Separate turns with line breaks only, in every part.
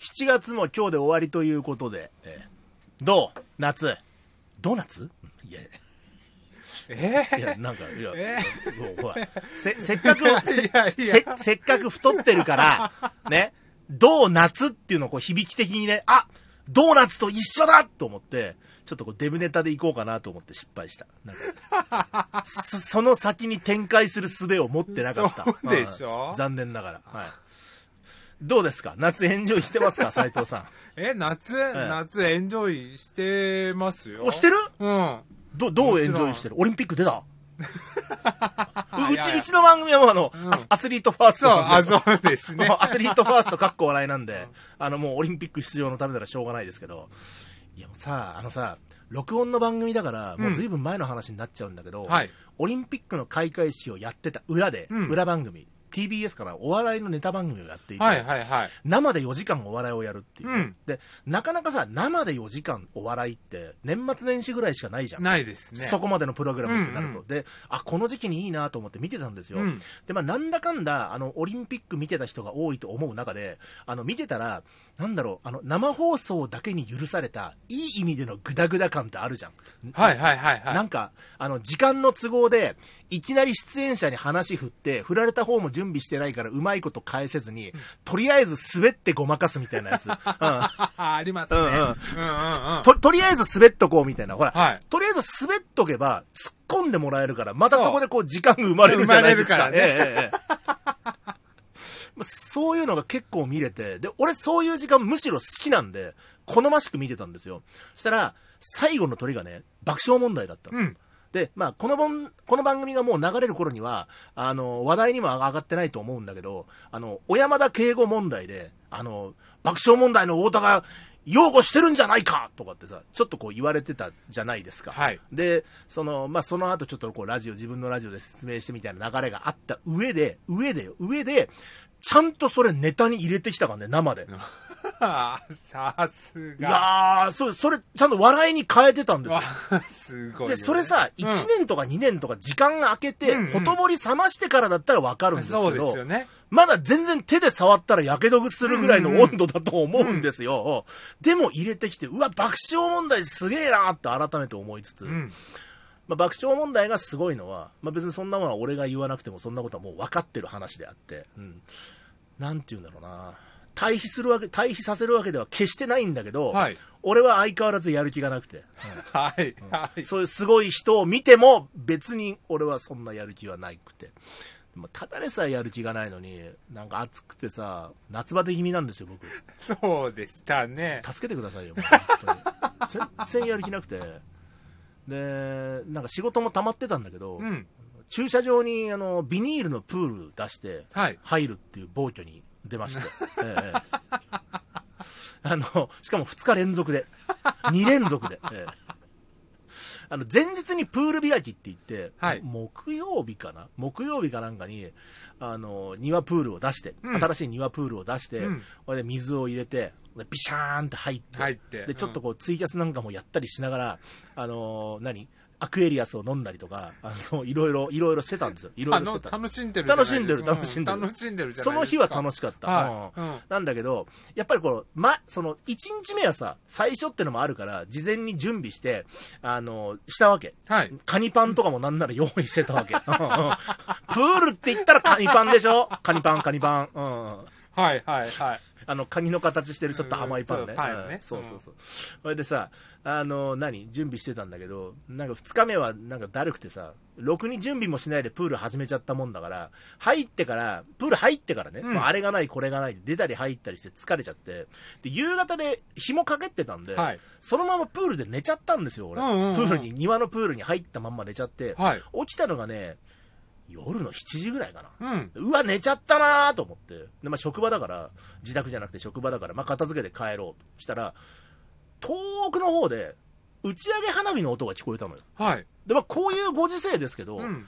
7月も今日で終わりということで、えーどう夏ドーナツいや、
え
いや、なんか、いや、
え
もうほら、せ、せっかく、せ、
いやいや
せ、せっかく太ってるから、ね、ドーナツっていうのをこう響き的にね、あドーナツと一緒だと思って、ちょっとこうデブネタでいこうかなと思って失敗した。なんかそその先に展開する術を持ってなかった。
そうでしょ
はい残念ながら。はい。どうですか夏エンジョイしてますか斉藤さ
え、夏、
え
夏エンジョイしてます
ん。
よ。
お、してる
うん。
どど
も
うエ
ち
ン
ろん
ジョイしてるオリンピック出 たうう
いやい
ち、
や
うちの番組はもうあの、
うん
アスアスリートファースト
そう、
な
あ、
んで。
そうですね
もう。アスリートファーストかっこ笑いなんで、あのもうオリンピック出場のためならしょうがないですけど、いやもうさ、あのさ、録音の番組だから、もうずいぶん前の話になっちゃうんだけど、
はい。
オリンピックの開会式をやってた裏で、
うん
裏番組、TBS からお笑いのネタ番組をやっていて、
はい、はい、はい。
生で4時間お笑いをやるっていう、
うん
で、なかなかさ、生で4時間お笑いって、年末年始ぐらいしかないじゃん。
ないですね。
そこまでのプログラムってなると、
うんうん
であこの時期にいいなと思って見てたんですよ、
うん。
でまあ、なんだかんだあのオリンピック見てた人が多いと思う中であの見てたらなんだろうあの生放送だけに許されたいい意味でのグダグダ感ってあるじゃん、
はい、はい、はい、は。
ないんかあの時間の都合でいきなり出演者に話振って振られた方も準備してないからうまいこと返せずにとりあえず滑ってごまかすみたいなやつ、うん
ありますね。
う
うん
う
ん、うんん、うん。は
ととりあえず滑っとこうみたいなほら、
い。
とりあえず滑っとけば、突っ込んでもらえるから、また
そう
そこでこう時間が生まれるじゃないですか。
生まれる
ええええ まあそういうのが結構見れて、で、俺そういう時間むしろ好きなんで、好ましく見てたんですよ。そしたら、最後の鳥がね、爆笑問題だったの。
うん。
で、まあ、このぼんこの番組がもう流れる頃には、あの、話題にも上がってないと思うんだけど、あの、小山田敬吾問題で、あの、爆笑問題の太田が擁護してるんじゃないかとかってさ、ちょっとこう言われてたじゃないですか。
はい。
で、その、まあ、その後ちょっとこうラジオ、自分のラジオで説明してみたいな流れがあった上で、上でよ、上で、ちゃんとそれネタに入れてきたからね、生で。
あーさす
い
が。
やー、それ、それ、ちゃんと笑いに変えてたんですよ
わ。、すごいよね。
で、それさ、
うん
1年とか2年とか時間が空けて、
うんうん
ほとぼり冷ましてからだったらわかるんですけ
そうで
ど
す、よね。
まだ全然手で触ったらやけどするぐらいの温度だと思うんですよ。でも入れてきて、うわ、爆笑問題すげえなーって改めて思いつつ、
うん。
まあ、爆笑問題がすごいのは、まあ、別にそんなものは俺が言わなくてもそんなことはもう分かってる話であって、うん、なんて言うんだろうな対比するわけ対比させるわけでは決してないんだけど、
はい。
俺は相変わらずやる気がなくて、
はい、はい。
そういうすごい人を見ても別に俺はそんなやる気はなくて。まあただでさえやる気がないのに、なんか暑くてさ、夏バテ気味なんですよ、僕。
そうでしたね。
助けてくださいよ、もう本当に全然やる気なくて。で、なんか仕事も溜まってたんだけど、
うん。
駐車場にあのビニールのプール出して
はい。
入るっていう暴挙に出 まして、ええあのしかも2日連続で2連続で、ええあの前日にプール開きって言って、
はい
木曜日かな木曜日かなんかにあの庭プールを出して、
うん
新しい庭プールを出して、
うん
これで水を入れてでビシャーンって入って、
入って。
でちょっとこうツイキャスなんかもやったりしながら、あのー何アクエリアスを飲んだりとか、あのいろいろ、いろいろしてたんですよ。いろ
あ
いろし
の
てた。
楽しんでるじゃないで
楽
すか
しんでる楽しんでる
う楽しんでるじゃ
そ
ない
の
です
日
か
は楽しかった。
は
う
い、
ん
うん
なんだけど、やっぱりこう、ま、その、1日目はさ、最初ってのもあるから、事前に準備して、あのーしたわけ。
はい
カニパンとかもなんなら用意してたわけ。うんうんプールって言ったらカニパンでしょカニパン、カニパン。うんうん
はいはいはい
あの、カニの形してるちょっと甘いパンね。
うんそうパンね
うんそうそうそう。それでさ、あの、何準備してたんだけど、なんか2日目はなんかだるくてさ、ろくに準備もしないでプール始めちゃったもんだから、入ってから、プール入ってからね、
うん
もうあれがないこれがないで出たり入ったりして疲れちゃって、で、夕方で紐かけってたんで、
はい
そのままプールで寝ちゃったんですよ、俺。
うんうんうん
プールに、庭のプールに入ったまんま寝ちゃって、
はい
起きたのがね、夜の7時ぐらいかな。
うん
うわ、寝ちゃったなーと思って。で、まあ、職場だから、自宅じゃなくて職場だから、まあ、片付けて帰ろうとしたら、遠くの方で、打ち上げ花火の音が聞こえたのよ。
はい
で、まあ、こういうご時世ですけど、
うん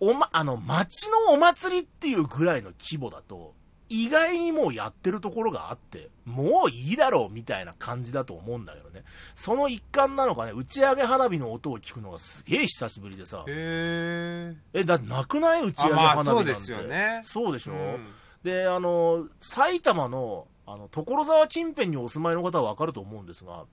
おま、あの、街のお祭りっていうぐらいの規模だと、意外にもうやってるところがあって、もういいだろうみたいな感じだと思うんだけどね。その一環なのかね、打ち上げ花火の音を聞くのがすげえ久しぶりでさ
へ、え
え、だってなくない打ち上
あ
げ
ま
花
あ
火なん
そ
て。
うですよね
そうでしょ、
うん
であの埼玉のあの、所沢近辺にお住まいの方はわかると思うんですが、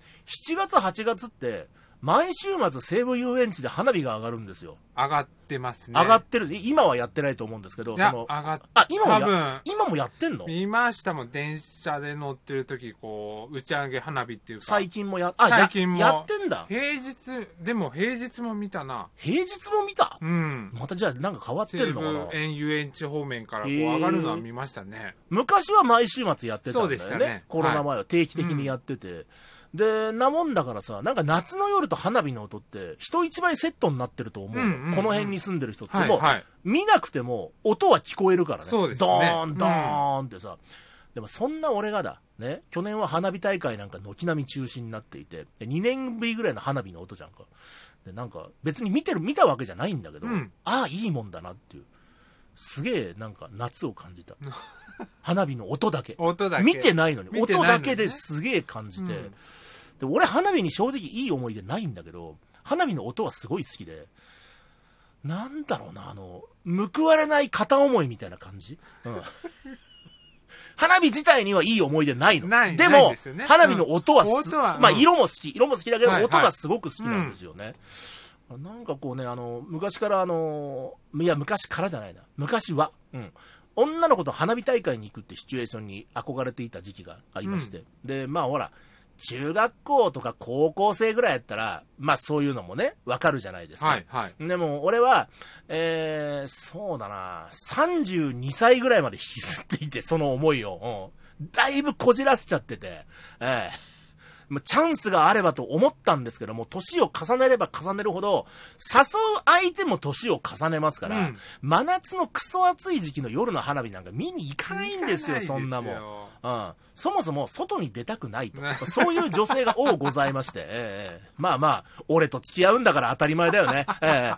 7月、8月って、毎週末西武遊園地で花火が上がるんですよ。
上がってますね。
上がってる。今はやってないと思うんですけど、
い
そ
や、
の
上、がっ
あ、今
多
もや、
分、
今もやってんの
見ましたもん。電車で乗ってる時、こう、打ち上げ花火っていうか。
最近もや、あ、
最近も
ややってんだ。
平日、でも平日も見たな。
平日も見た
うん。
またじゃあなんか変わって
西
るのか
武
な
園遊園地方面からこう
へー
上がるのは見ましたね。
昔は毎週末やってたん
そう
だ
で
よ
した
ね
ね
コロナ前は定期的にやってて、でなもんだからさなんか夏の夜と花火の音って人一倍セットになってると思うの、
うんうんうん
この辺に住んでる人って、
はい、
もう
はい。
見なくても音は聞こえるからね
そうですね
ドー
うん
ンドーンってさ、でもそんな俺がだね去年は花火大会なんか軒並み中止になっていてで2年ぶりぐらいの花火の音じゃんかでなんか別に見てる見たわけじゃないんだけど、
うん
ああいいもんだなっていうすげえなんか夏を感じ た花火の音だけ
音だけ。
見てないのに
見て
音
ないのにね
だけですげえ感じて、
うん
で俺花火に正直いい思い出ないんだけど花火の音はすごい好きでなんだろうなあの報われない片思いみたいな感じ、うん花火自体にはいい思い出ないの
ない
で
ない
も
ですよね
花火の音はす、
音は
まあ
うん
色も好き色も好きだけど
はいはい
音がすごく好きなんですよね、なんかこうねあの昔からあのいや昔からじゃないな昔は、うん、女の子と花火大会に行くってシチュエーションに憧れていた時期がありまして、でまあほら中学校とか高校生ぐらいやったらまあそういうのもねわかるじゃないですか、
はい、はい。
でも俺は、えー、そうだな、32歳ぐらいまで引きずっていて、その思いを。うん、だいぶこじらしちゃってて、ええまあチャンスがあればと思ったんですけども、年を重ねれば重ねるほど、誘う相手も年を重ねますから、
うん
真夏のクソ暑い時期の夜の花火なんか見に行かないんですよ、そんなもん。
ん。
うん、そもそも外に出たくないと
ね、
そういう女性が多ございまして、ええええまあまあ、俺と付き合うんだから当たり前だよね。え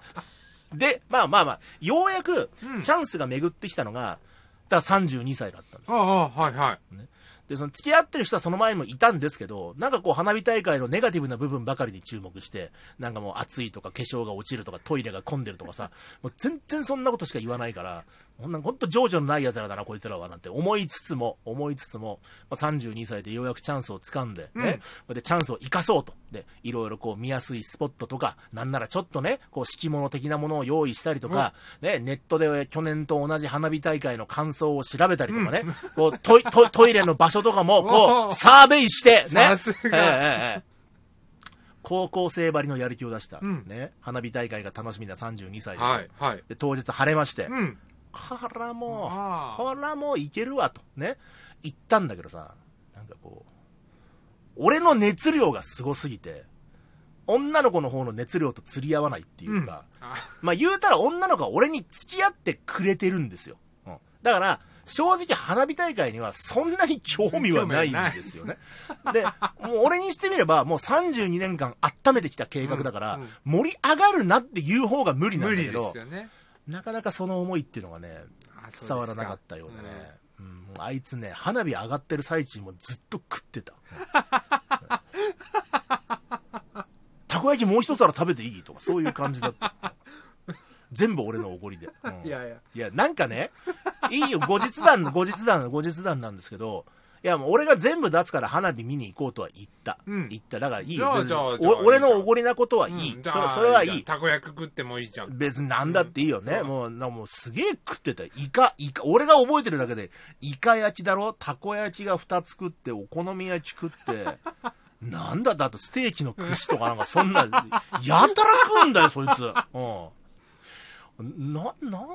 えで、まあまあまあ、ようやく
うん
チャンスが巡ってきたのが、だから32歳だったんです。
ああ、はい、はい。
で、その付き合ってる人はその前にもいたんですけど、なんかこう花火大会のネガティブな部分ばかりに注目して、なんかもう暑いとか化粧が落ちるとかトイレが混んでるとかさ、もう全然そんなことしか言わないから、ほんなんほんと情緒のない奴らだな、こいつらは、なんて思いつつも、思いつつも、まあ、32歳でようやくチャンスを掴んで、ね、で、チャンスを生かそうと。で、いろいろこう見やすいスポットとか、なんならちょっとね、こう敷物的なものを用意したりとか、ね、ネットで去年と同じ花火大会の感想を調べたりとかね、こうトイ トトイレの場所とかも、
お
こ
ー
う、サーベイして、ね
さ。す
ええ
が
ええ高校生ばりのやる気を出した、
うん
ね、花火大会が楽しみな32歳です、
はい、はい。
で当日晴れまして、
うん。
からもう、
ああ
こらもういけるわとね言ったんだけどさなんかこう俺の熱量がすごすぎて女の子の方の熱量と釣り合わないっていうか、
うんあ
まあ言うたら女の子は俺に付き合ってくれてるんですよ、うん、だから正直花火大会にはそんなに興味はないんですよね でもう俺にしてみればもう32年間温めてきた計画だから、
うんうん
盛り上がるなっていう方が無理な
無
んだ
理
け
で
ど
すよね。
なかなかその思いっていうのがね
あそうですか
伝わらなかったようでね、うんもうあいつね花火上がってる最中もずっと食ってた、 うんたこ焼きもう一皿食べていいとかそういう感じだった全部俺のおごりで、うん
いやいや。
いやなんかねいいよ後日談の後日談の後日談なんですけどいやもう俺が全部出すから花火見に行こうとは言った、
うん
言っただからいい
じゃ
よ
あ
別に
じゃあじゃあ
お俺のおごりなことはいい、
うん
それそれはいい
たこ焼き食ってもいいじゃん。
別に何だっていいよね。
うん
もう、なもうすげえ食ってたよ。イカ、イカ、俺が覚えてるだけで、イカ焼きだろたこ焼きが2つ食って、お好み焼き食って、 なんだだとステーキの串とかなんかそんな、やたら食うんだよ、そいつ。うん。な、なんな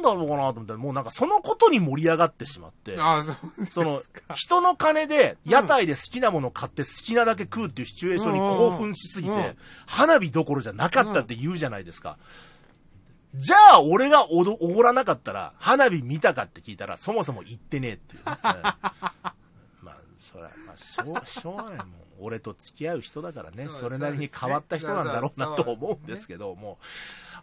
んだろうかなと思ったら、もうなんかそのことに盛り上がってしまって。
ああ、そう。
その、人の金で、屋台で好きなものを買って好きなだけ食うっていうシチュエーションに興奮しすぎ
うんうんうん
て、花火どころじゃなかったって言うじゃないですか。じゃあ、俺がおど、おごらなかったら、花火見たかって聞いたら、そもそも行ってねえっていうね。うんまあ、そら、まあ、しょう、しょうがないもん。俺と付き合う人だからね、
そう
それなりに変わった人なんだろうな
そう
と
ですね
思うんですけども、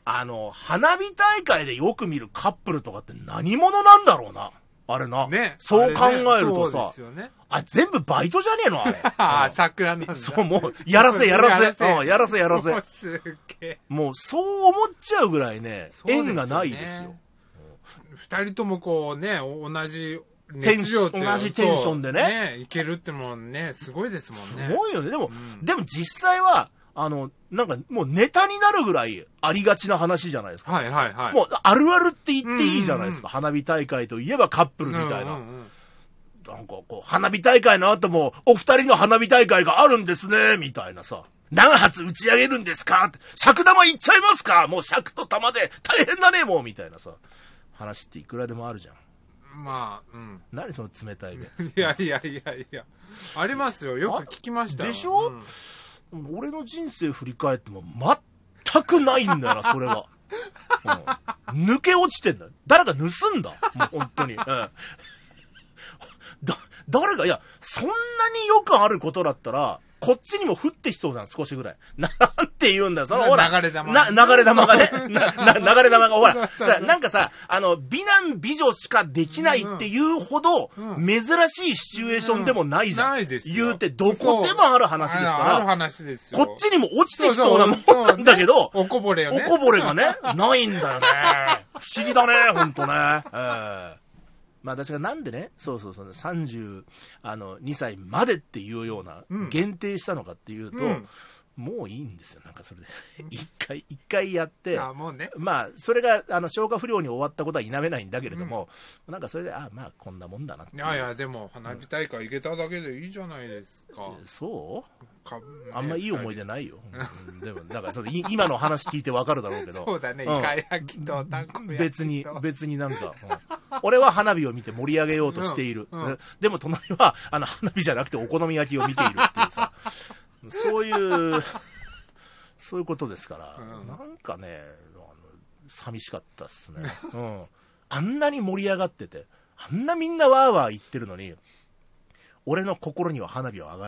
あの、花火大会でよく見るカップルとかって何者なんだろうな。あれな。
ね。
そう考えると
そうで
さ
す、よね。。
あ、全部バイトじゃねえのあれ
ああ、
うん
桜なんだ。
そう、もう、やらせ、やら
やら
せ。
せ
うんやらせ、やら
も
せ
う。すげえ。
もう、そう思っちゃうぐらいね
そ、うですよね
縁がないですよ。
二人ともこうね、お同じ
テン
熱
シ
量
ョン
っていうの
同じテンションでね
そうねいけるってもんね、すごいですもんね。
すごいよね。でも
う、ん
でも実際は、あの、なんかもうネタになるぐらいありがちな話じゃないですか。
はいはいはい。
もうあるあるって言っていいじゃないですか。
う
花火大会といえばカップルみたいな。
うんうんうん
なんかこう、花火大会の後も、お二人の花火大会があるんですね、みたいなさ。何発打ち上げるんですかって尺玉いっちゃいますかもう尺と玉で大変だね、もうみたいなさ。話っていくらでもあるじゃん。
まあ、うん。
何その冷たい目。
いやいやいやいや。ありますよ。よく聞きましたよ
でしょ
うん
俺の人生振り返っても全くないん だよな、それは。うん抜け落ちてんだよ。誰か盗んだ。もう本当に。うん、だ、誰が、いや、そんなによくあることだったら、こっちにも降ってきそうじゃん、少しぐらい。なんて言うんだよ、その、ほら。
流れ玉
な、流れ玉がね。な、な流れ玉が、ほら。
そうそう
さなんかさ、あの、美男美女しかできないっていうほど、
うん
珍しいシチュエーションでもないじゃん。
ないですよ
言うて、どこでもある話ですか
あ
ら。
る話ですよ。
こっちにも落ちてきそうなもんなんだけど、
おこぼれよ
お
ね。
こぼれが ね、ないんだよね。不思議 だね、ほんとね。ええまあ私がなんでね、そうそうそう、32歳までっていうような
うん
限定したのかっていうと、
うん
もういいんですよ、なんかそれで。 一回、一回やって、
あ、もうね。
まあそれがあの消化不良に終わったことは否めないんだけれども、なんかそれで、あまあこんなもんだなって
いやいや、でも、花火大会行けただけでいいじゃないですか。
そう
か
あんまいい思い出ないよ。うんでも、なんかそれ、い今の話聞いてわかるだろう けど。
そうだね、イ
うん
カ焼きとたんこ焼きと。
別に、別になんか、うん俺は花火を見て盛り上げようとしている。
うんうん
ねでも隣は、あの、花火じゃなくてお好み焼きを見ているっていうさ、そういう、そういうことですから、
うん
なんかね、あの寂しかったっすね。うん。あんなに盛り上がってて、あんなみんなわーわー言ってるのに、俺の心には花火は上がらない